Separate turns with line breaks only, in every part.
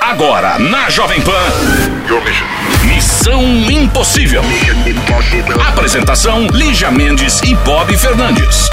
Agora, na Jovem Pan. Missão Impossível. Apresentação: Lígia Mendes e Bob Fernandes.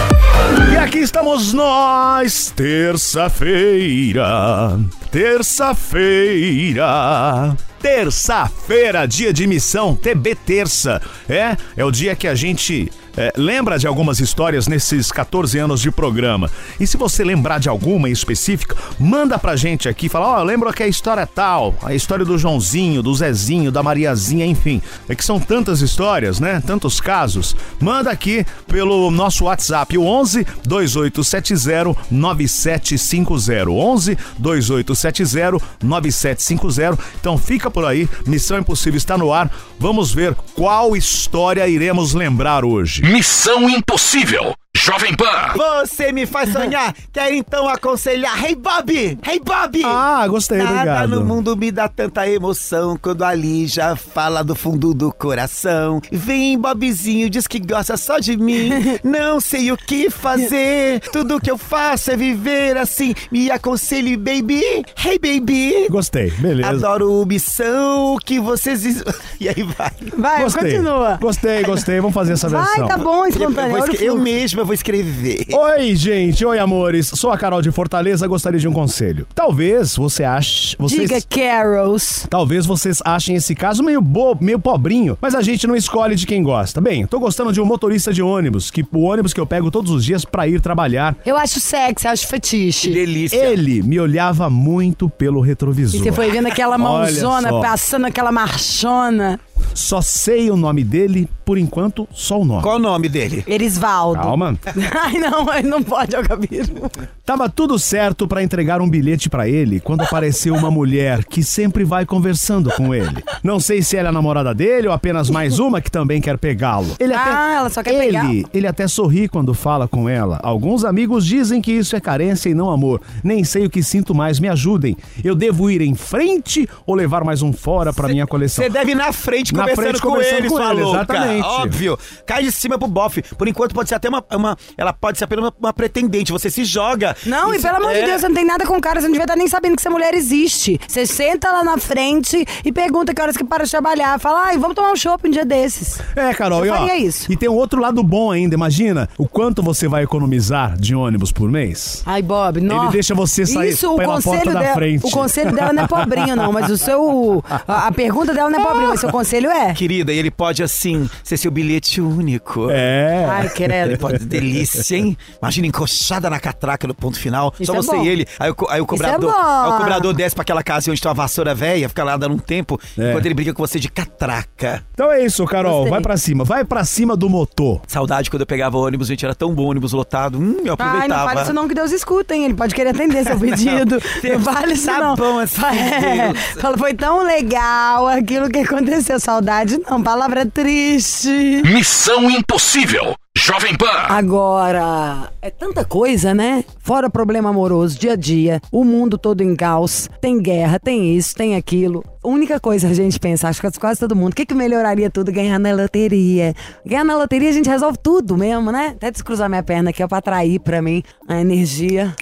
E aqui estamos nós, terça-feira, terça-feira, terça-feira, dia de missão, TB Terça. É, é o dia que a gente é, lembra de algumas histórias nesses 14 anos de programa. E se você lembrar de alguma em específico, manda pra gente aqui, fala, ó, lembra que a história é tal, a história do Joãozinho, do Zezinho, da Mariazinha, enfim. É que são tantas histórias, né? Tantos casos. Manda aqui pelo nosso WhatsApp, o 11 2870 9750. 11 2870 9750. Então fica por aí, Missão Impossível está no ar. Vamos ver qual história iremos lembrar hoje.
Missão Impossível. Jovem Pan.
Você me faz sonhar, quero então aconselhar. Hey Bob! Hey Bob!
Ah, gostei,
Nada
obrigado.
Tá, no mundo me dá tanta emoção quando a Lígia fala do fundo do coração. Vem, Bobzinho, diz que gosta só de mim. Não sei o que fazer. Tudo que eu faço é viver assim. Me aconselhe, baby. Hey, baby!
Gostei, beleza.
Adoro missão que vocês. es- E aí vai.
Vai,
Gostei.
continua.
Gostei, gostei. Vamos fazer essa versão.
Vai, tá bom,
Eu,
espontâneo.
vou
Olha o
escre- eu
fluxo.
mesma vou escrever.
Oi, gente. Oi, amores. Sou a Carol de Fortaleza. Gostaria de um conselho. Talvez você ache. Vocês...
Diga Carols.
Talvez vocês achem esse caso meio bobo, meio pobrinho, mas a gente não escolhe de quem gosta. Bem, tô gostando de um motorista de ônibus, que o ônibus que eu pego todos os dias pra ir trabalhar.
Eu acho sexy, eu acho
Que
fetiche.
delícia.
Ele é me olhava muito pelo
E
retrovisor.
você foi vendo aquela
Olha
mãozona
só.
passando aquela marchona.
Só sei o nome dele, por enquanto, só o nome.
Qual o nome dele?
Erisvaldo.
Calma.
Ai, não, ele não pode, é Alcabiro.
Tava tudo certo pra entregar um bilhete pra ele quando apareceu uma mulher que sempre vai conversando com ele. Não sei se ela é a namorada dele ou apenas mais uma que também quer pegá-lo. Ele
Ah, ela só quer
ele,
pegar.
Ele até sorri quando fala com ela. Alguns amigos dizem que isso é carência e não amor. Nem sei o que sinto mais, me ajudem. Eu devo ir em frente ou levar mais um fora pra minha coleção?
Você deve ir na frente
Então, Na
conversando
frente,
com
conversando
eles,
com ele,
falou,
exatamente.
cara. Óbvio. Cai de cima pro bofe. Por enquanto pode ser até uma... uma- ela pode ser apenas uma, uma pretendente. Você se joga.
Não, e
Isso-
pelo amor de
é.
Deus, você não tem nada com o cara, você não devia estar nem sabendo que essa mulher existe. Você senta lá na frente e pergunta que horas que para de trabalhar. Fala, ai, vamos tomar um chopp um dia desses.
É, Carol,
Eu
e, ó,
faria isso.
e tem um outro lado bom ainda. Imagina o quanto você vai economizar de ônibus por mês.
Ai, Bob, não.
deixa você sair
Isso, o
pela
conselho
porta da
dela,
frente.
O conselho dela não é pobrinho, não, mas o seu. A, a pergunta dela não é pobrinho, mas seu conselho é.
Querida, e ele pode, assim, ser seu bilhete único.
É.
Ai,
Ele
querendo.
pode, delícia, hein? Imagina encoxada na catraca no ponto final.
Isso
só
é
você
bom.
e ele. Aí o, co- aí o
Isso é
cobrador.
bom.
aí o cobrador desce pra aquela casa onde tem uma vassoura velha, fica lá dando um tempo,
É.
enquanto ele briga com você de catraca.
Então é isso, Carol.
Gostei.
Vai pra cima. Vai pra cima do motor.
Saudade quando eu pegava ônibus, gente, era tão bom ônibus lotado. Hum, eu
Ai,
aproveitava.
não fale isso não, que Deus escuta, hein? Ele pode querer atender seu pedido. Não vale isso
Tá
não.
bom, assim,
É.
Deus.
Fala, foi tão legal aquilo que aconteceu. Saudade não, palavra triste.
Missão Impossível. Jovem Pan.
Agora, é tanta coisa, né? Fora problema amoroso, dia a dia, o mundo todo em caos, tem guerra, tem isso, tem aquilo. A única coisa a gente pensa, acho que quase todo mundo, o que, que melhoraria tudo? Ganhar na loteria. Ganhar na loteria a gente resolve tudo mesmo, né? Até descruzar minha perna aqui, ó, pra atrair pra mim a energia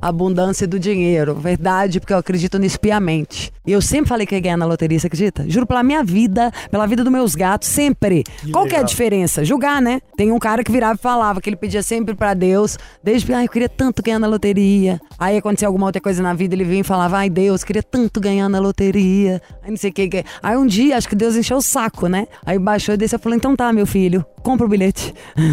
a abundância do dinheiro. Verdade, porque eu acredito nisso piamente. E eu sempre falei que ia ganhar na loteria, você acredita? Juro pela minha vida, pela vida dos meus gatos, sempre. Qual que é a diferença? Julgar, né? Tem um cara que virava e falava que ele pedia sempre pra Deus, desde que, ai, eu queria tanto ganhar na loteria. Aí acontecia alguma outra coisa na vida, ele vinha e falava, ai, Deus, queria tanto ganhar na loteria. Aí não sei o que. que- Aí um dia, acho que Deus encheu o saco, né? Aí baixou e desceu e falou, então tá, meu filho, compra o bilhete.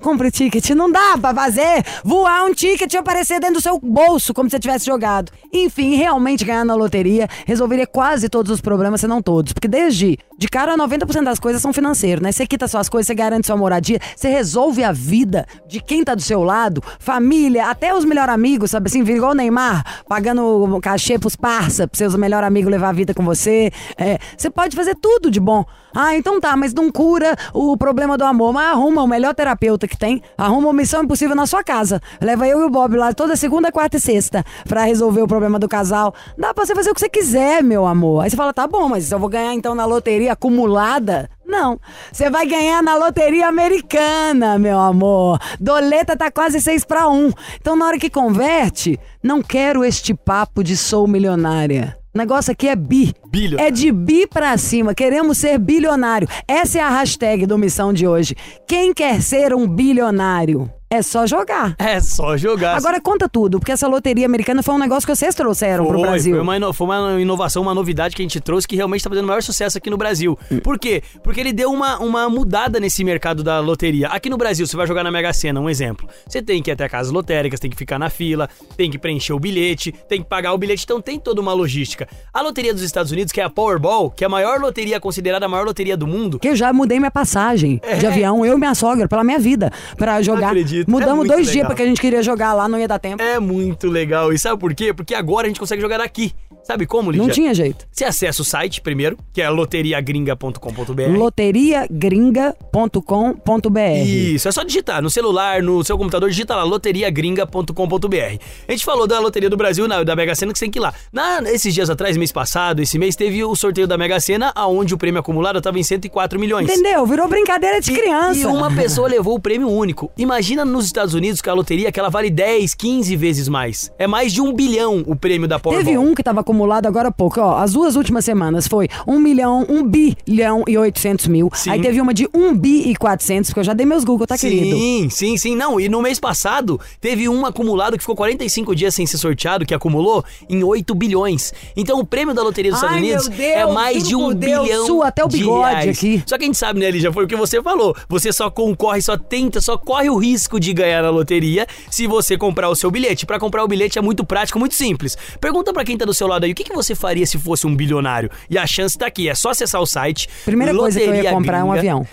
compra o ticket. Não dá pra fazer voar um ticket e aparecer dentro do seu bolso, como se você tivesse jogado. Enfim, realmente ganhar na loteria resolveria quase todos os problemas, se não todos. Porque desde de cara, 90% das coisas são financeiras, né? Você quita suas coisas, você garante sua moradia, você resolve a vida de quem tá do seu lado, família, até os melhores amigos, sabe assim? Vira igual o Neymar, pagando um cachê pros parça, pros seus melhores amigos levar a vida com você. É, você pode fazer tudo de bom. Ah, então tá, mas não cura o problema do amor. Mas arruma o melhor terapeuta que tem. Arruma o Missão Impossível na sua casa. Leva eu e o Bob lá toda segunda, quarta e sexta pra resolver o problema do casal. Dá pra você fazer o que você quiser, meu amor. Aí você fala, tá bom, mas eu vou ganhar então na loteria acumulada? Não. Você vai ganhar na loteria americana, meu amor. Doleta tá quase 6 pra 1. Então na hora que converte, não quero este papo de sou milionária. O negócio aqui é bi.
Bilho.
É de bi pra cima. Queremos ser bilionário. Essa é a hashtag do Missão de hoje. Quem quer ser um bilionário? É só jogar.
É só jogar.
Agora conta tudo, porque essa loteria americana foi um negócio que vocês trouxeram pro
Foi,
Brasil.
Foi uma, ino- foi uma inovação, uma novidade que a gente trouxe que realmente está fazendo o maior sucesso aqui no Brasil.
Hum.
Por quê? Porque ele deu uma, uma mudada nesse mercado da loteria. Aqui no Brasil, você vai jogar na Mega Sena, um exemplo. Você tem que ir até casas lotéricas, tem que ficar na fila, tem que preencher o bilhete, tem que pagar o bilhete, então tem toda uma logística. A loteria dos Estados Unidos, que é a Powerball, que é a maior loteria, considerada a maior loteria do mundo,
Que eu já mudei minha passagem de avião, eu e minha sogra, pela minha vida, pra jogar.
É. acredito. É
Mudamos
muito
dois dias
legal.
porque a gente queria jogar lá, não ia dar tempo.
é muito legal. E sabe por quê? Porque agora a gente consegue jogar daqui. Sabe como, Lígia?
Não tinha jeito.
Você acessa o site primeiro, que é loteriagringa.com.br.
loteriagringa.com.br.
Isso, é só digitar no celular, no seu computador, digita lá loteriagringa.com.br. A gente falou da Loteria do Brasil, na- da Mega Sena, que você tem que ir lá. Na, esses dias atrás, mês passado, esse mês, teve o sorteio da Mega Sena, aonde o prêmio acumulado estava em 104 milhões.
Entendeu? Virou brincadeira de
E-
criança.
E uma pessoa levou o prêmio único. Imagina nos Estados Unidos que a loteria que ela vale 10, 15 vezes mais. É mais de um bilhão o prêmio da Powerball.
Teve um que estava acumulado agora há pouco, ó. As duas últimas semanas foi 1 milhão, 1 bilhão e 800 mil.
Sim.
Aí teve uma de 1 bi e 400, porque eu já dei meus Google, tá, querido?
Sim, sim, sim. Não, e no mês passado teve um acumulado que ficou 45 dias sem ser sorteado, que acumulou em 8 bilhões. Então o prêmio da Loteria dos
Ai,
Estados Unidos
meu
é
Deus,
mais de
juro
um
por Deus,
bilhão.
sua até o
de
bigode
reais.
aqui.
Só que a gente sabe, né, Lígia? Foi o que você falou. Você só concorre, só tenta, só corre o risco de ganhar na loteria se você comprar o seu bilhete. Pra comprar o bilhete é muito prático, muito simples. Pergunta pra quem tá do seu lado aí, o que, que você faria se fosse um bilionário? E a chance tá aqui, é só acessar o site.
Primeira coisa que eu ia
Loteria
comprar é um
Gringa-
avião.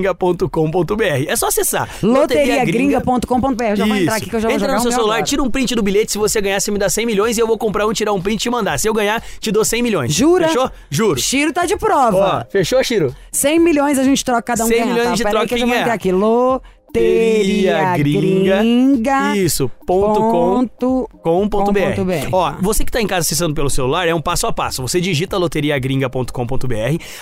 loteriagringa.com.br. É só acessar.
Loteriagringa.com.br. Eu Já vou
Isso.
entrar aqui que eu já vou
Entra
jogar
no
o
seu
meu
celular,
agora.
tira um print do bilhete. Se você ganhar, você me dá 100 milhões e eu vou comprar um, tirar um print e mandar. Se eu ganhar, te dou 100 milhões.
Jura?
um. Fechou? Juro.
Chiro tá de
Ó,
prova.
fechou, Chiro?
100 milhões a gente troca cada um
100
ganha,
milhões
tá?
a gente
Peraí
troca
que eu já
quem
vou
é?
entrar aqui. Loteriagringa.
Isso, ponto com.
ponto
Com.br. Ó,
Tá.
você que tá em casa acessando pelo celular, é um passo a passo. Você digita loteriagringa.com.br,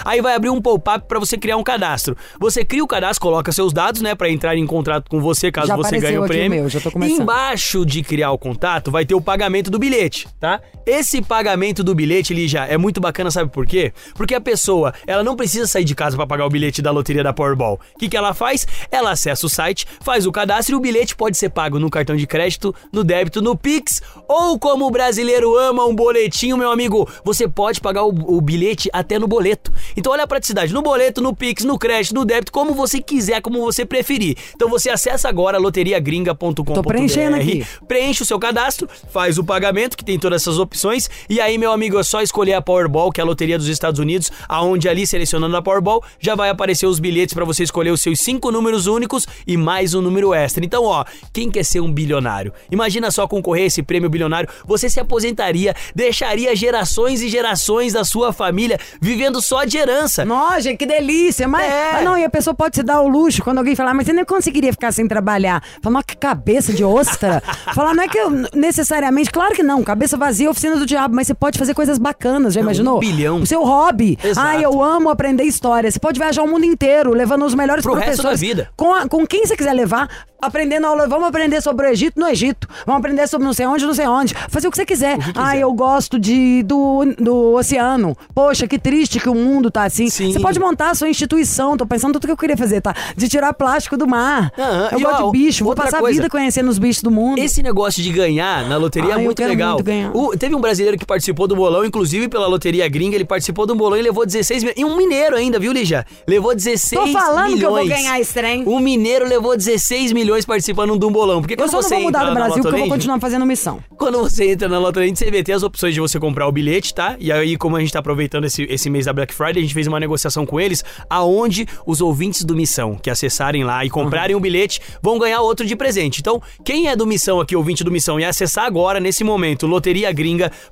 aí vai abrir um pop-up pra você criar um cadastro. Você cria o cadastro, coloca seus dados, né, Pra entrar em contrato com você caso
Já
você ganhe
apareceu
o
aqui o
prêmio.
meu, já tô começando.
Embaixo de criar o contato, vai ter o pagamento do bilhete, tá? Esse pagamento do bilhete, Lígia, é muito bacana, sabe por quê? Porque a pessoa, ela não precisa sair de casa pra pagar o bilhete da loteria da Powerball. O que, que ela faz? Ela acessa o site, faz o cadastro e o bilhete pode ser pago no cartão de crédito, no débito, no Pix ou como o brasileiro ama um boletinho, meu amigo, você pode pagar o, o bilhete até no boleto. Então olha a praticidade, no boleto, no Pix, no crédito, no débito, como você quiser, como você preferir. Então você acessa agora loteriagringa.com.br.
Tô preenchendo aqui.
Preenche o seu cadastro, faz o pagamento, que tem todas essas opções. E aí, meu amigo, é só escolher a Powerball, que é a loteria dos Estados Unidos, aonde ali, selecionando a Powerball, já vai aparecer os bilhetes pra você escolher os seus cinco números únicos e mais um número extra. Então, ó, quem quer ser um bilionário? Imagina só concorrer a esse prêmio bilionário. Você se aposentaria, deixaria gerações e gerações da sua família vivendo só de herança.
Nossa, gente, que delícia. Mas,
É.
mas não, e a pessoa pode se dar o luxo quando alguém falar, mas você nem conseguiria ficar sem trabalhar. Falar, "Nossa, que cabeça de ostra. falar, não é que eu necessariamente, claro que não, cabeça vazia, é oficina do diabo, mas você pode fazer coisas bacanas, já imaginou?
um bilhão.
O seu hobby.
Exato.
Ah, eu amo aprender história. Você pode viajar o mundo inteiro, levando os melhores
Pro resto
professores.
da vida.
Com, a- com quem você quiser levar, aprendendo aula, vamos aprender sobre o Egito no Egito, vamos aprender sobre não sei onde, não sei onde. Fazer o que você quiser. Ah, eu gosto de, do, do oceano. Poxa, que triste que o mundo tá assim.
Sim.
Você pode montar a sua instituição, tô pensando tudo que eu queria fazer, tá? De tirar plástico do mar.
Aham,
Eu
Ah, e
gosto
ó,
de bicho, vou
outra
passar
coisa.
a vida conhecendo os bichos do mundo.
Esse negócio de ganhar na loteria
Ah,
é
eu
muito
quero
legal.
muito ganhar.
O- teve um brasileiro que participou do bolão, inclusive pela loteria gringa, ele participou do bolão e levou 16 milhões. E um mineiro ainda, viu, Lígia? Levou 16
Tô
milhões.
falando que eu vou ganhar esse trem.
Um mineiro levou 16 milhões participando de um bolão. Porque
Eu
quando
só não
você
vou mudar
entra
do
na
Brasil, porque eu vou
Lotoland,
continuar fazendo missão.
quando você entra na Lotoland, você vê, tem as opções de você comprar o bilhete, tá? E aí, como a gente tá aproveitando esse, esse mês da Black Friday, a gente fez uma negociação com eles, aonde os ouvintes do Missão, que acessarem lá e comprarem o bilhete, vão ganhar outro de presente. Então, quem é do Missão aqui, ouvinte do Missão, e acessar agora, nesse momento,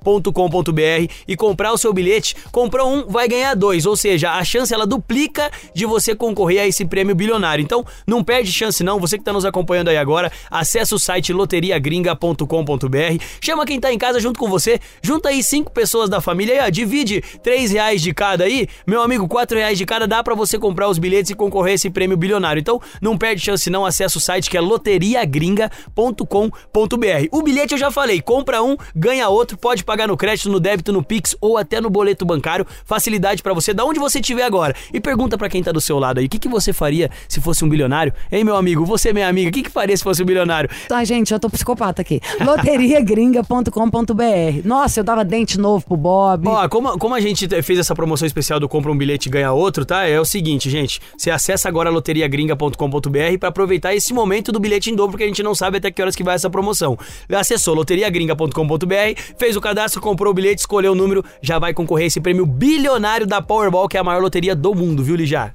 loteriagringa.com.br e comprar o seu bilhete, comprou um, vai ganhar dois. Ou seja, a chance, ela duplica de você concorrer a esse prêmio bilionário. Então, não perde chance não, você que tá nos acompanhando aí agora, acessa o site loteriagringa.com.br. Chama quem tá em casa junto com você, junta aí cinco pessoas da família e ó, divide três reais de cada aí. Meu amigo, quatro reais de cada dá pra você comprar os bilhetes e concorrer a esse prêmio bilionário. Então, não perde chance não, acessa o site que é loteriagringa.com.br. O bilhete eu já falei, compra um, ganha outro, pode pagar no crédito, no débito, no Pix ou até no boleto bancário. Facilidade pra você, da onde você estiver agora. E pergunta pra quem tá do seu lado aí, o que, que você faria se fosse um bilionário? Hein, meu amigo, você, minha amiga, o que, que faria se fosse um bilionário?
Tá, gente, eu tô psicopata aqui. Loteriagringa.com.br. Nossa, eu dava dente novo pro Bob.
Ó, como, como a gente te- fez essa promoção especial do compra um bilhete e ganha outro, tá? É o seguinte, gente. Você acessa agora loteriagringa.com.br pra aproveitar esse momento do bilhete em dobro, porque a gente não sabe até que horas que vai essa promoção. Acessou loteriagringa.com.br, fez o cadastro, comprou o bilhete, escolheu o número, já vai concorrer a esse prêmio bilionário da Powerball, que é a maior loteria do mundo, viu, Lijá?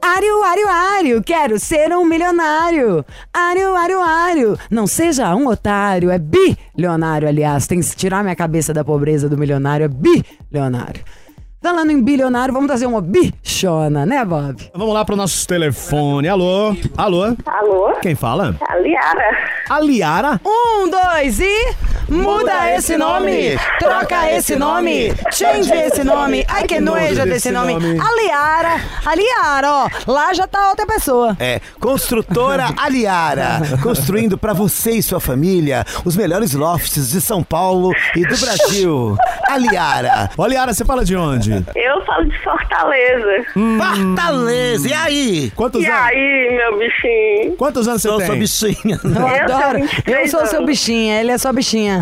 Ário, ário, ário, quero ser um milionário. Ário, ário, ário, não seja um otário, é bilionário, aliás. Tem que tirar minha cabeça da pobreza do milionário, é bilionário. Falando em bilionário, vamos trazer uma bichona, né, Bob?
Vamos lá pro nosso telefone. Alô? Alô?
Alô?
Quem fala?
A Liara.
A Liara?
Um, dois e. Muda esse nome, troca esse nome, change esse nome, ai que nojo desse nome. Aliara, Aliara, ó, lá já tá outra pessoa.
É, construtora Aliara, construindo pra você e sua família os melhores lofts de São Paulo e do Brasil. Aliara.
Ô, Liara, você fala de onde?
Eu falo de Fortaleza.
Fortaleza, e aí?
Quantos
E
anos?
aí, meu bichinho?
Quantos anos você
Eu
tem?
sou bichinha.
Eu
Eu sou
adoro.
23
Eu sou seu
anos.
bichinha, ele é sua bichinha.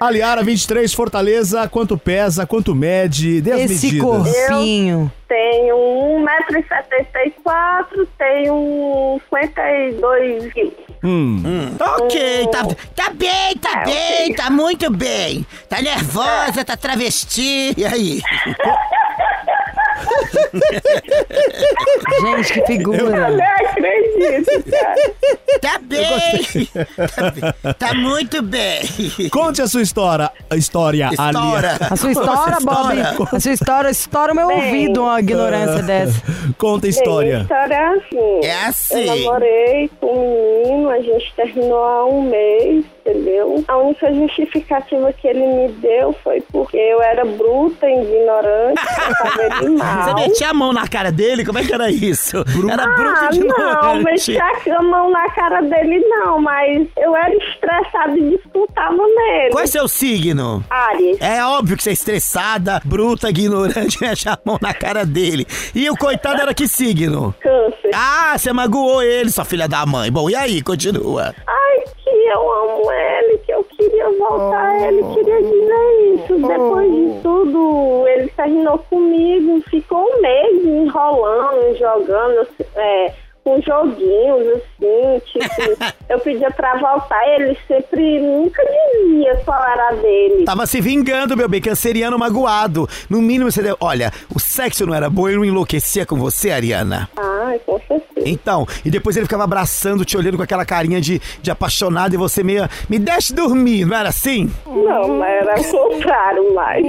A Liara, 23, Fortaleza. Quanto pesa? Quanto mede? Dê as
Esse
medidas.
corcinho.
Tenho 1,74m, tenho um 52 quilos.
Ok, tá, tá bem, tá bem, tá muito bem. Tá nervosa, tá travesti.
E aí?
Gente, que figura.
Não acredito, cara.
Tá bem. Tá bem, Tá muito bem.
Conte a sua história. A história, a
Estoura.
Liara.
A sua história,
Estoura.
Bob. A sua história estoura o meu
Bem.
ouvido, uma ignorância dessa.
Conta a
Bem, a
história.
história é assim.
É assim.
Eu namorei com um menino, a gente terminou há um mês, entendeu? A única justificativa que ele me deu foi porque eu era bruta, ignorante, sem saber de
Você
mal.
metia a mão na cara dele? Como é que era isso? Era tá bruto
Ah,
de
não,
noite.
mexer a mão na cara dele não, mas eu era estressada e disputava nele.
Qual é seu signo?
Ares.
É óbvio que você é estressada, bruta, ignorante, mexe a mão na cara dele. E o coitado era que signo?
Câncer.
Ah, você magoou ele, sua filha da mãe. Bom, e aí? Continua.
Ai, que eu amo ele, que eu queria voltar a ele, queria dizer isso. Depois de tudo, ele terminou comigo, ficou um mês enrolando, jogando, é, com joguinhos, assim, tipo, eu pedia pra voltar, ele sempre nunca dizia qual era a dele.
Tava se vingando, meu bem, canceriano magoado. No mínimo você deu. Olha, o sexo não era bom, ele não enlouquecia com você, Ariana.
Ai, com certeza.
Então, e depois ele ficava abraçando, te olhando com aquela carinha de, de apaixonado e você meio. Me deixa dormir, não era assim?
Não,
Uhum.
mas era o contrário, mas...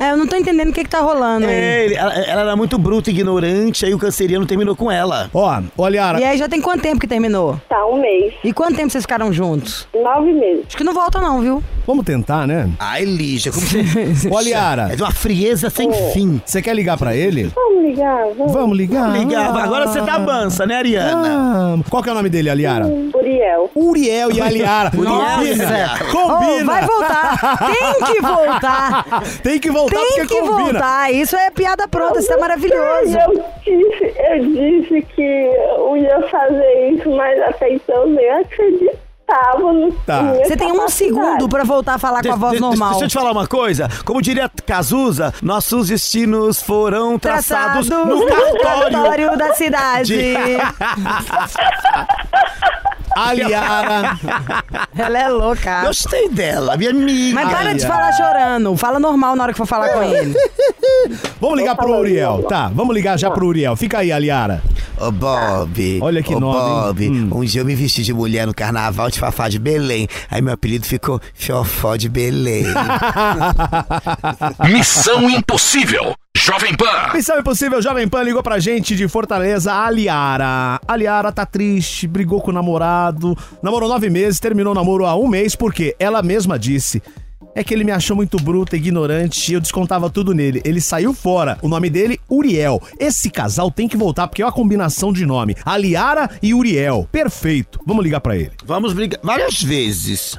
É, eu não tô entendendo o que, que tá rolando aí.
É, ele- ela, ela era muito bruta, ignorante, aí o canceriano terminou com ela.
Ó, ó, Liara.
E aí já tem quanto tempo que terminou?
Tá, um mês,
E quanto tempo vocês ficaram juntos?
nove meses.
Acho que não volta não, viu?
Vamos tentar, né?
Ai, Lígia, como você.
Ó,
É
Liara.
de uma frieza sem
Oh.
fim.
Você quer ligar pra ele?
Vamos ligar, vamos.
Vamos ligar.
Ligava. Agora você tá mansa, né, Ariana?
Vamos. Qual que é o nome dele, a Liara?
Uriel.
Uriel e a Liara.
Nossa.
Combina.
Oh,
Combina.
vai voltar. Tem que voltar.
Tem que voltar
Tem
porque
que
combina.
voltar. Isso é piada pronta, isso tá maravilhoso.
Eu disse, eu disse que eu ia fazer isso, mas até então eu nem acreditava no
Tá.
na minha
Você tem um
capacidade.
segundo pra voltar a falar com a
De-
voz
de-
normal.
Deixa eu te falar uma coisa. Como diria Cazuza, nossos destinos foram traçados no cartório.
cartório da cidade.
A Liara.
Ela é louca.
Gostei dela, minha amiga.
Mas para de falar chorando. Fala normal na hora que for falar com ele.
Vamos ligar pro
falando,
Uriel.
vamos lá.
Tá, vamos ligar já pro Uriel. Fica aí, a Liara.
Ô, Bob.
Olha que
ô,
nome, hein? Hum.
Bob, um dia eu me vesti de mulher no carnaval de Fafá de Belém. Aí meu apelido ficou Fiofó de Belém.
Missão Impossível. Jovem Pan.
Missão Impossível Jovem Pan ligou pra gente de Fortaleza, a Aliara. A Aliara tá triste, brigou com o namorado, namorou nove meses, terminou o namoro há um mês, porque ela mesma disse. É que ele me achou muito bruta, ignorante, e eu descontava tudo nele. Ele saiu fora. O nome dele, Uriel. Esse casal tem que voltar, porque é uma combinação de nome. Aliara e Uriel. Perfeito. Vamos ligar pra ele.
Vamos brigar várias vezes.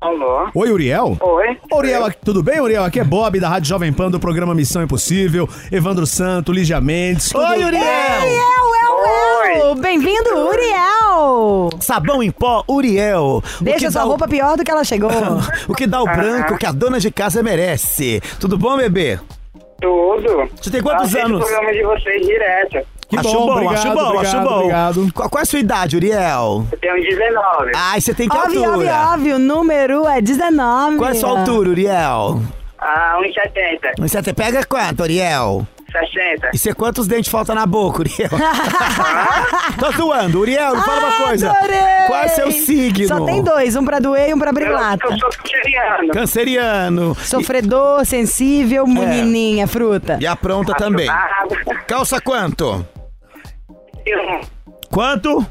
Alô?
Oi, Uriel?
Oi?
Uriel, aqui- tudo bem, Uriel? Aqui é Bob, da Rádio Jovem Pan, do programa Missão Impossível. Evandro Santo, Lígia Mendes. Oi, Uriel!
É, Uriel, eu, eu! Bem-vindo, Uriel!
Sabão em pó, Uriel. O
Deixa
que
sua
dá o-
roupa pior do que ela chegou.
O que dá o branco que a dona de casa merece. Tudo bom, bebê?
Tudo?
Você tem quantos
Assisto
anos?
o programa de vocês direto.
Que bom, obrigado, obrigado, obrigado.
Qual, qual é a sua idade, Uriel?
Eu tenho 19.
Ai, você tem que
Óbvio, óbvio,
altura.
óbvio. O número é 19.
Qual é a sua altura, Uriel?
Ah, 1,70.
Você até pega quanto, Uriel?
60.
E você quantos dentes falta na boca, Uriel? Tô zoando, Uriel, me fala uma coisa.
Adorei!
Qual é seu signo?
Só tem dois, um pra doer e um pra brilata.
Eu, eu sou canceriano.
Canceriano.
Sofredor, sensível, menininha, fruta.
É. E apronta também.
Ah,
Calça quanto?
41.
Quanto?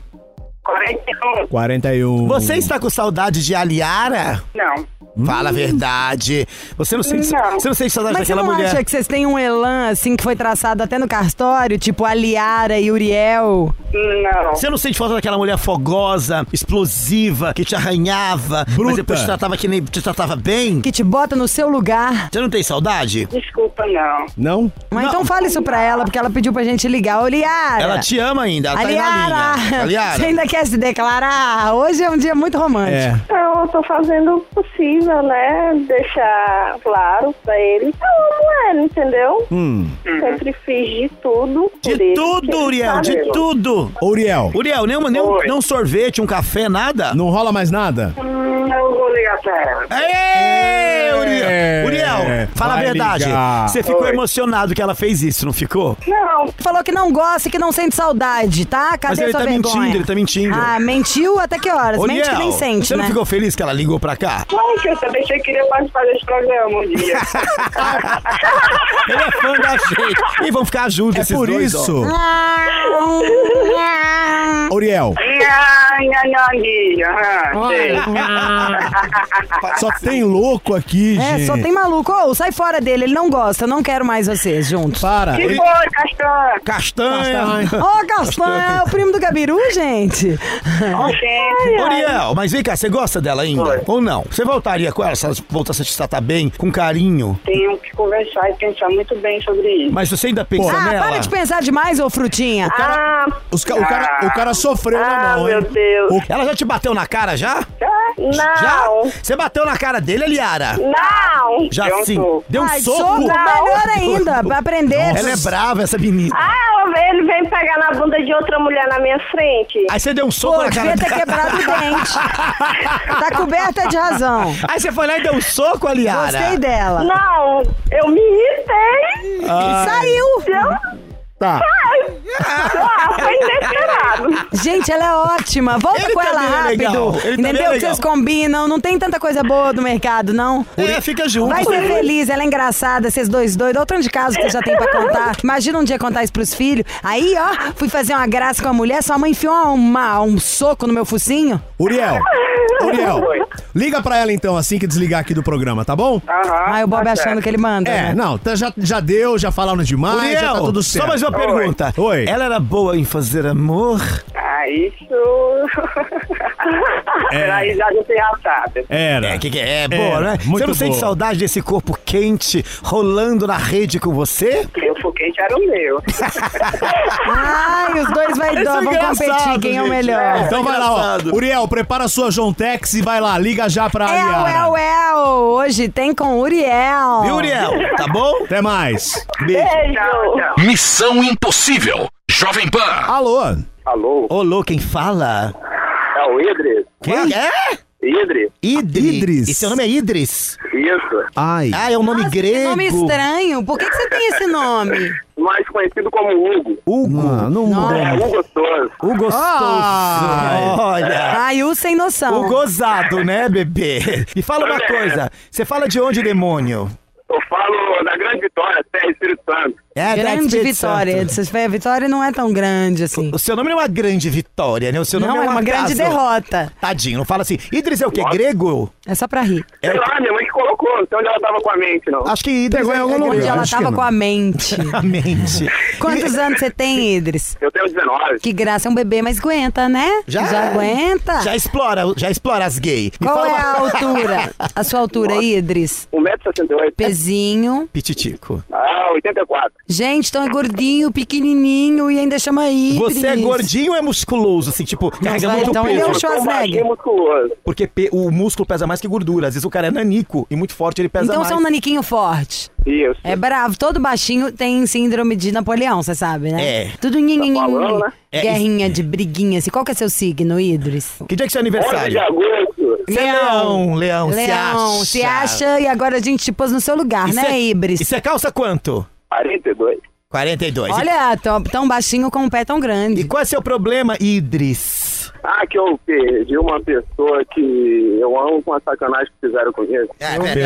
41.
41.
Você está com saudade de Aliara?
Não.
Fala a verdade. Você não sente,
Não.
Você não sente saudade
Hum. Mas você
daquela
não
mulher?
acha que vocês têm um elan, assim, que foi traçado até no cartório? Tipo, Aliara e Uriel?
Não.
Você não sente falta daquela mulher fogosa, explosiva, que te arranhava, mas
Bruta.
depois te tratava que nem te tratava bem?
Que te bota no seu lugar?
Você não tem saudade?
Desculpa, não.
Não?
Mas então fala isso pra ela, porque ela pediu pra gente ligar. Ô, Liara!
Ela te ama ainda, ela tá aí na linha.
É. Aliara!
Aliara.
Você ainda quer se declarar? Hoje é um dia muito romântico.
É.
Então, eu tô fazendo o possível, né? Deixar claro pra ele. Eu amo ele, entendeu? Sempre fiz de tudo. por
Hum. De
ele, que
tudo,
ele
Uriel,
sabe.
de tudo.
Ô, Uriel,
Uriel, nem, uma, nem, um,
Oi.
nem um sorvete, um café, nada?
não rola mais nada?
Hum, eu vou ligar pra ela.
Ei,
É.
Uriel! Uriel, fala a
Vai
verdade.
ligar.
Você ficou
Oi.
emocionado que ela fez isso, não ficou?
Não.
Falou que não gosta e que não sente saudade, tá? Cadê
É. Mas ele
sua
tá
vergonha?
mentindo, ele tá mentindo.
Ah, mentiu até que horas? Mente que nem sente,
você
né?
não ficou feliz que ela ligou pra cá?
Claro que eu também achei que queria participar desse programa um dia.
Ele é fã da gente. E vão ficar juntos
É
esses
por
dois, ó.
isso. Uriel,
Nha, nha, nha, guia. Aham, sei.
só tem louco aqui,
É,
gente.
só tem maluco. Ô, sai fora dele, ele não gosta, não quero mais vocês juntos.
Para.
Que
Ele-
foi, Castanha?
Castanha.
Ô, Gaspar, é o primo do Gabiru, gente?
Gente,
Ah. Uriel, mas vem cá, você gosta dela ainda?
Oi.
Ou não? Você voltaria com ela se ela voltasse a te tratar bem, com carinho?
tenho que conversar e pensar muito bem sobre isso.
Mas você ainda pensa
ah,
nela?
para de pensar demais, ô Frutinha.
Ah,
Os ca- o, cara, o cara sofreu na
ah,
mão,
meu
hein?
Deus.
Ela já te bateu na cara já?
Ah,
Já?
Não,
Você bateu na cara dele, Eliara?
não.
Já
Eu
sim.
sou.
Deu um
Ai,
soco?
soco, melhor ainda, pra aprender.
Ela é brava, essa menina.
Ah, ele vem pegar na bunda de outra mulher na minha frente.
Aí você deu um soco
Pô,
na cara
devia ter
dela.
quebrado o dente. Tá coberta de razão.
Aí você foi lá e deu um soco, Eliara.
Gostei dela.
Não, eu me irritei.
Ah.
Saiu.
Tá.
Ah, foi inesperado.
Gente, ela é ótima. Volta
Ele
com ela
também é legal.
rápido.
Ele também
Entendeu
é
que
legal.
vocês combinam? Não tem tanta coisa boa no mercado, não.
É, fica junto.
Vai ser feliz, ela é engraçada, vocês dois doidos. Outro de caso que você já tem pra contar. Imagina um dia contar isso pros filhos. Aí, ó, fui fazer uma graça com a mulher, sua mãe enfiou uma- um soco no meu focinho.
Uriel, Uriel, liga pra ela então assim que desligar aqui do programa, tá bom?
Aham,
Aí o Bob
tá
achando que ele manda.
É,
né?
não, tá- já, já deu, já falaram demais, já tá
Uriel,
tudo certo.
só mais uma pergunta.
Oi.
Ela era boa em fazer amor?
certo. Ah, isso. Pela idade você já sabe.
Era.
É, que, que é, é boa,
Era,
né?
muito
você não sente
boa.
saudade desse corpo quente rolando na rede com você?
Eu foquei que era o meu.
Ai, os dois vai
Esse é
vão Então, competir
engraçado,
quem é o
gente. né?
melhor.
Então vai lá, ó.
Engraçado.
Uriel, prepara sua Jontex e vai lá, liga já pra
É,
Aliara.
El, El, Hoje tem com Uriel.
Viu, Uriel? Tá
é.
bom?
Até mais.
Tchau, tchau.
Missão Impossível. Jovem Pan.
Alô.
Alô?
Olô, quem fala?
É o Idris?
Quem? É?
Idris?
Idris.
Idris.
E seu nome é Idris?
Isso.
Ai.
Ah, é um nome
Nossa, que
grego. É
nome estranho. Por que, que você tem esse nome?
mais conhecido como Hugo.
Hugo. Não, não
É,
muda.
Hugo Torres.
O gostoso.
Ah! Olha.
Ai, o sem noção.
O gozado, né, bebê? E fala uma coisa, você fala de onde, demônio?
Eu falo da grande vitória, Terra e Espírito Santo.
É, da
Grande
Espírito
vitória.
Santo.
Vocês veem, A vitória não é tão grande assim.
O seu nome não é uma grande vitória, né? O seu nome
Não,
é,
é
um
uma grande
atraso.
derrota.
Tadinho, não fala assim. Idris é o quê? Grego?
É só pra rir.
É
Sei
o-
lá, minha mãe que colocou, não sei onde ela tava com a mente, não.
Acho que Idris
Pegou
é
em algum
é
lugar.
Onde
grego.
ela
acho que
tava
não.
com a mente.
A mente.
Quantos anos você tem, Idris?
Eu tenho 19.
Que graça, é um bebê, mas aguenta, né? aguenta?
Já explora, já explora as gay. Me
Qual
fala
é
uma-
a altura? A sua altura, Idris?
1,68m.
Pezinho.
Pititico.
Ah, 84.
Gente, tão é gordinho, pequenininho e ainda chama Idris.
Você é gordinho ou é musculoso? Assim, tipo, carrega
vai,
muito
então ele é
peso.
um
Eu sou
Schwarzenegger.
baixinho musculoso.
Porque pe- o músculo pesa mais que gordura. Às vezes o cara é nanico e muito forte, ele pesa
Então
mais.
você é um naniquinho forte.
Isso.
É bravo, todo baixinho tem síndrome de Napoleão, você sabe, né?
É.
Tudo nhin,
falando, né?
É,
guerrinha de briguinha. Assim. Qual que é seu signo, Idris?
Que dia que é seu
11 de
aniversário?
agosto.
Você é leão, leão, se
Leão,
acha.
se acha e agora a gente te pôs no seu lugar,
Isso
né,
é-
Ibris?
Isso é calça quanto?
42.
42.
Olha, tão, tão baixinho com um pé tão
E
grande.
qual é seu problema, Idris?
Ah, que eu perdi uma pessoa que eu amo com a sacanagem que fizeram comigo.
É,
Perdi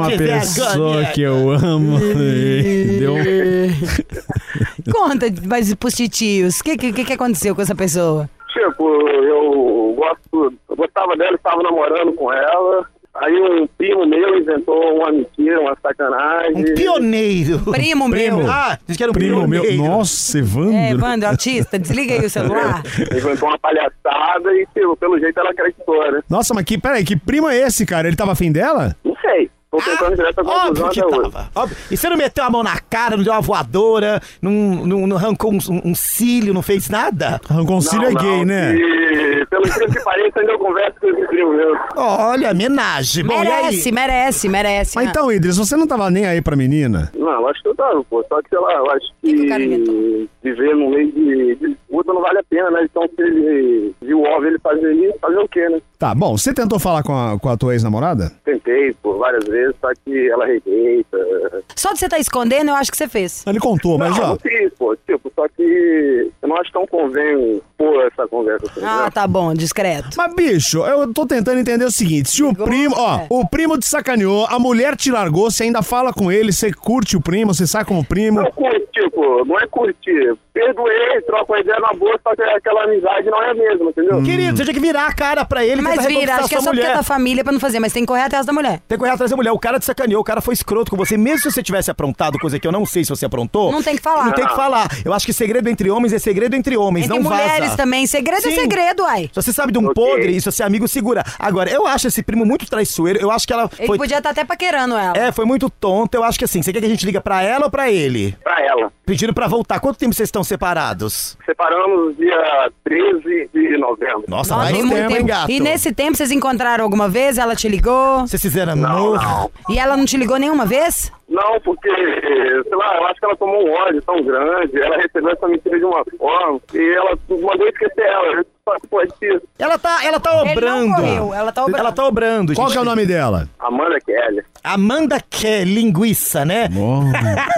uma pessoa que eu amo. e Deu um...
Conta, mas pros titios, o que, que, que aconteceu com essa pessoa?
Tipo, eu gosto, eu gostava dela, estava namorando com ela. Aí um primo meu inventou uma mentira, uma sacanagem.
Um pioneiro.
Primo meu.
Ah, disse que era um
Primo meu.
pioneiro.
Nossa,
É,
Evandro.
Evandro, autista, desliga aí o celular.
Inventou uma palhaçada e, tipo, pelo jeito ela acreditou, né?
Nossa, mas que, peraí, que primo é esse, cara? Ele tava afim dela?
Não sei. Tô
Ah,
tentando direto essa confusão
Óbvio que
até hoje.
tava. Óbvio. E você não meteu a mão na cara, não deu uma voadora, não, não, não arrancou um, um cílio, não fez nada?
Ranconcilho é
Não,
gay,
não,
né?
E, pelo incrível que pareça, ainda eu converso com esse primo meu.
Olha, homenagem. Bom, e aí?
merece, merece, merece.
Mas
Ah,
então, Idris, você não tava nem aí pra menina?
Não, eu acho que eu tava, pô. Só que, sei lá, eu acho
que o cara
que viver no meio de de disputa não vale a pena, né? Então, se ele viu o óbvio ele fazer isso, fazer o quê, né?
Tá, bom, você tentou falar com a, com a tua ex-namorada?
Tentei por várias vezes, só que ela rejeita.
Ah, Só de você estar escondendo, eu acho que você fez.
Ele contou, mas
não,
ó.
não fiz, pô. Tipo, só que eu não acho tão convém pôr essa conversa. assim,
Ah,
né?
tá bom, discreto.
Mas, bicho, eu tô tentando entender o seguinte: se o primo, ó,
né?
é.
o primo te sacaneou, a mulher te largou, você ainda fala com ele, você curte o primo, você sai com o primo.
Não curte, tipo, não é curtir. Perdoei, troca uma ideia na boa, só que aquela amizade não é a mesma, entendeu?
Querido, você tinha que virar a cara pra ele.
Hum. Mas
tentar
vira,
reconquistar
acho que é
sua
só porque é
mulher.
da família pra não fazer, mas tem que correr atrás da mulher.
Tem que correr atrás da mulher. O cara te sacaneou, o cara foi escroto com você. Mesmo se você tivesse aprontado, coisa que eu não sei se você aprontou.
Não tem que falar.
Não tem que falar. Eu acho que segredo entre homens é segredo entre homens,
Entre
não vaza.
mulheres também, segredo é
Sim.
segredo, ai.
Se você sabe de um
Ok.
podre, isso você é amigo, segura. Agora, eu acho esse primo muito traiçoeiro. Eu acho que ela
Ele
foi...
podia estar até paquerando ela.
É, foi muito tonto. Eu acho que assim, você quer que a gente liga pra ela ou pra ele?
Pra ela.
Pedindo pra voltar. Quanto tempo vocês estão separados?
Separamos dia 13 de novembro.
Nossa,
Nossa,
mais
tem
tempo,
muito
hein, gato?
E nesse tempo, vocês encontraram alguma vez? Ela te ligou?
Vocês fizeram
Não,
amor?
não.
E ela não te ligou nenhuma vez?
Não, porque, sei lá, eu acho que ela tomou um ódio tão grande, ela recebeu essa mentira de uma forma, e ela mandou eu esquecer ela. Só que foi é difícil.
Ela tá, ela tá
Ele não
obrando.
correu, ela tá obrando.
Ela tá obrando,
Qual
gente.
que é o nome dela?
Amanda Kelly.
é?
Amanda Kelly, linguiça, né?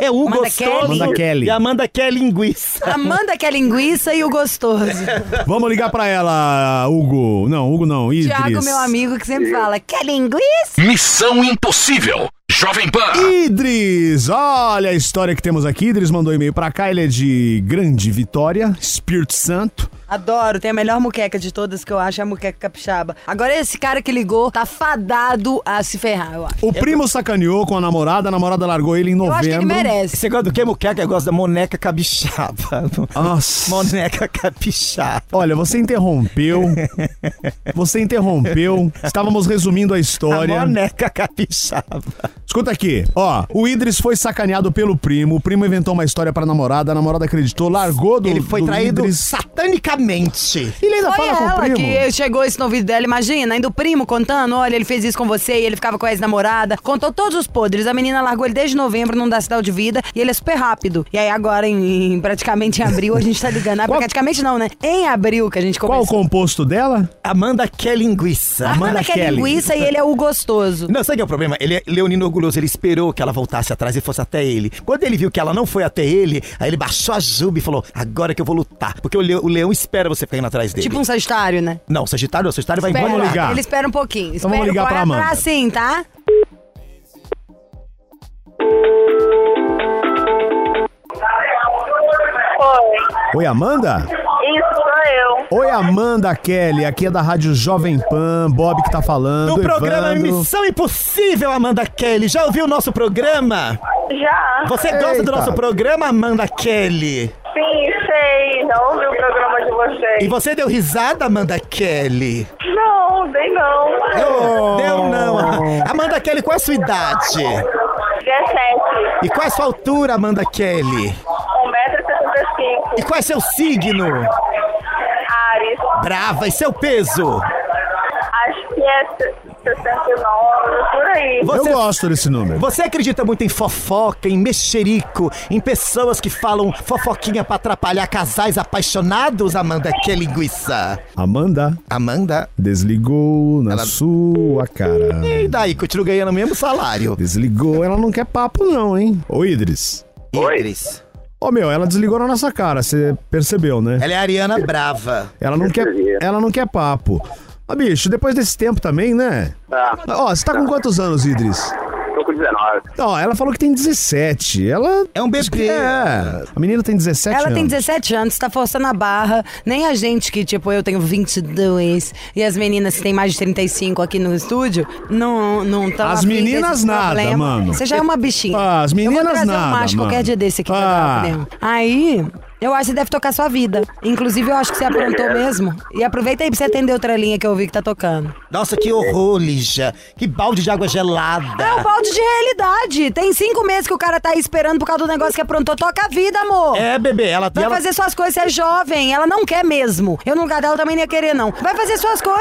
É o
Amanda
gostoso.
Kelly.
Amanda Kelly.
E Amanda Kelly, linguiça.
Amanda que é linguiça e o gostoso.
Vamos ligar pra ela, Hugo. Não, Hugo não, Idris.
Tiago, meu amigo, que sempre fala, quer linguiça?
Missão Impossível. Jovem Pan.
Idris, olha a história que temos aqui. Idris mandou e-mail pra cá, ele é de Grande Vitória, Espírito Santo.
Adoro, tem a melhor muqueca de todas que eu acho, é a muqueca capixaba. Agora esse cara que ligou tá fadado a se ferrar, eu acho.
O primo sacaneou com a namorada, a namorada largou ele em
Eu
novembro.
acho que ele merece.
Você gosta do que, Muqueca? Eu gosto da Moneca Capixaba.
Nossa.
Moneca Capixaba.
Olha, você interrompeu. Você interrompeu. Estávamos resumindo a
A
história.
É,
Moneca Capixaba.
Escuta aqui. Ó, o Idris foi sacaneado pelo primo. O primo inventou uma história pra namorada. A namorada acreditou, largou do
Ele foi
do
traído
Idris.
satanicamente.
Exatamente.
Ele ainda
Foi
fala com o
ela
primo.
que chegou isso no vídeo dela, imagina, ainda o primo contando, olha, ele fez isso com você e ele ficava com a ex-namorada. Contou todos os podres. A menina largou ele desde novembro, não dá sinal de vida e ele é super rápido. E aí agora, em, em praticamente em abril, a gente tá ligando. Ah,
Qual-
praticamente não, né? Em abril que a gente
Qual
começou.
o composto dela?
Amanda quer linguiça.
A Amanda quer linguiça e ele é o gostoso.
Não, sabe o que é o problema? Ele é leonino orgulhoso, ele esperou que ela voltasse atrás e fosse até ele. Quando ele viu que ela não foi até ele, aí ele baixou a juba e falou, agora que eu vou lutar. Porque o leão, o leão espera você ficar indo atrás dele.
Tipo um sagitário, né?
Não, Sagitário não, Sagitário vai
Espera.
embora.
ligar.
Ele espera um pouquinho.
Então
Espera
vamos ligar
corre
pra Amanda.
atrás sim, tá?
Oi.
Oi, Amanda?
Isso sou eu.
Oi, Amanda Kelly, aqui é da Rádio Jovem Pan, Bob que tá falando.
No programa
Evandro.
Missão Impossível, Amanda Kelly. Já ouviu o nosso programa?
Já.
Você gosta
Eita.
do nosso programa, Amanda Kelly?
Sim, sei. Já ouvi o programa de
E
vocês.
você deu risada, Amanda Kelly?
Não, dei não.
Oh, Deu não. Amanda Kelly, qual é a sua idade?
17.
E qual é a sua altura, Amanda Kelly?
1,75m.
E qual é seu signo?
Ares.
Brava, e seu peso?
Acho que é 69, por aí.
Eu
Você-
gosto desse número.
Você acredita muito em fofoca, em mexerico, em pessoas que falam fofoquinha pra atrapalhar casais apaixonados, Amanda? Que linguiça!
Amanda
Amanda?
desligou na
Ela-
sua cara.
E daí, continua ganhando o mesmo salário.
Desligou, ela não quer papo não, hein? Ô, Idris.
Oi?
Idris.
Ô, meu, ela desligou na nossa cara, você percebeu, né?
Ela é a Ariana Brava.
Ela não quer, ela não quer papo. Ah, bicho, depois desse tempo também, né?
Tá,
Ó, você tá com quantos anos, Idris?
tô com 19.
Ó, ela falou que tem 17. Ela...
É um bebê.
É, a menina tem 17
Ela
anos.
tem 17 anos, tá forçando a barra. Nem a gente que, tipo, eu tenho 22 e as meninas que têm mais de 35 aqui no estúdio, não não tá
As
afim
meninas
desses
nada,
problemas.
mano.
Você já é uma bichinha.
Ah, as meninas
eu vou trazer
nada,
um macho
mano.
qualquer dia desse aqui pra
Ah.
dar problema. Aí, eu acho que você deve tocar sua vida. Inclusive, eu acho que você aprontou mesmo. E aproveita aí pra você atender outra linha que eu vi que tá tocando.
Nossa, que horror, Lígia. Que balde de água gelada.
É um balde de realidade. Tem cinco meses que o cara tá aí esperando por causa do negócio que aprontou. Toca a vida, amor.
É, bebê, ela
Vai
ela-
fazer suas coisas, você é jovem, ela não quer mesmo. Eu no lugar dela também não ia querer, não. Vai fazer suas coisas.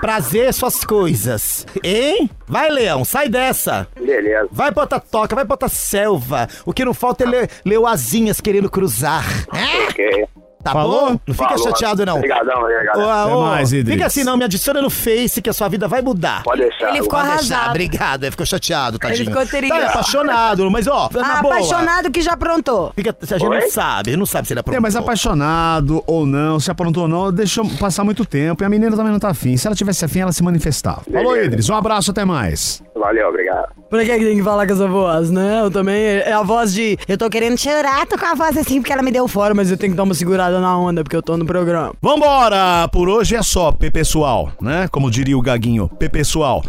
prazer suas coisas. Hein? Vai, Leão, sai dessa.
Beleza.
Vai botar toca, vai botar selva. O que não falta é le, leoazinhas querendo cruzar. Ah,
Ok.
Tá
Falou?
bom? Não fica
Falou.
chateado, não.
Obrigadão,
Ô,
obrigado.
ô,
Até mais, Idris.
Fica assim, não. Me adiciona no Face que a sua vida vai mudar.
Pode deixar.
Ele ficou
Pode
arrasado.
deixar, obrigado. Ele ficou chateado, tadinho.
ficou triste.
Tá apaixonado, mas ó, na boa.
apaixonado que já aprontou.
Fica, a gente
Oi?
não sabe, não sabe se
É,
ele aprontou.
mas apaixonado ou não, se aprontou ou não, deixou passar muito tempo. E a menina também não tá afim. Se ela tivesse afim, ela se manifestava. Falou,
Beleza.
Idris. Um abraço, até mais.
Valeu, obrigado.
Pra que que tem que falar com essa voz, né? Eu também. É a voz de. Eu tô querendo chorar, tô com a voz assim porque ela me deu fora, mas eu tenho que dar uma segurada na onda porque eu tô no programa.
Vambora! Por hoje é só, P-Pessoal, né? Como diria o Gaguinho, P-Pessoal.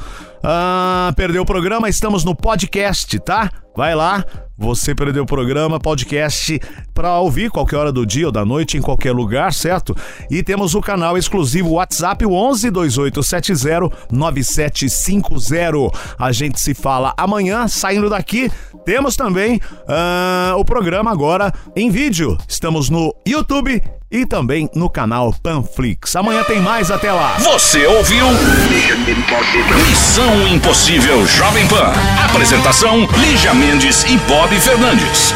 Ah, perdeu o programa? Estamos no podcast, tá? Vai lá, você perdeu o programa, podcast, pra ouvir qualquer hora do dia ou da noite, em qualquer lugar, certo? E temos o canal exclusivo WhatsApp, o 11 2870 9750. A gente se fala amanhã, saindo daqui. Temos também ah, o programa agora em vídeo. Estamos no YouTube e também no canal Panflix. Amanhã tem mais, até lá.
Você ouviu? Missão Impossível Jovem Pan. Apresentação: Lígia Mendes e Bob Fernandes.